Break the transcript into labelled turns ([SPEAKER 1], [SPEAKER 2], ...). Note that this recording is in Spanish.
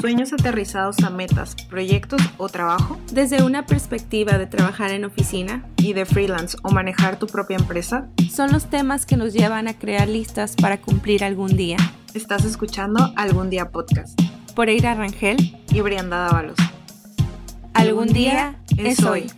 [SPEAKER 1] sueños aterrizados a metas, proyectos o trabajo?
[SPEAKER 2] Desde una perspectiva de trabajar en oficina,
[SPEAKER 1] y de freelance o manejar tu propia empresa?
[SPEAKER 2] son los temas que nos llevan a crear listas para cumplir algún día.
[SPEAKER 1] Estás escuchando Algún Día Podcast
[SPEAKER 2] Por Eira Rangel,
[SPEAKER 1] y Brianda Dávalos.
[SPEAKER 2] algún día es hoy.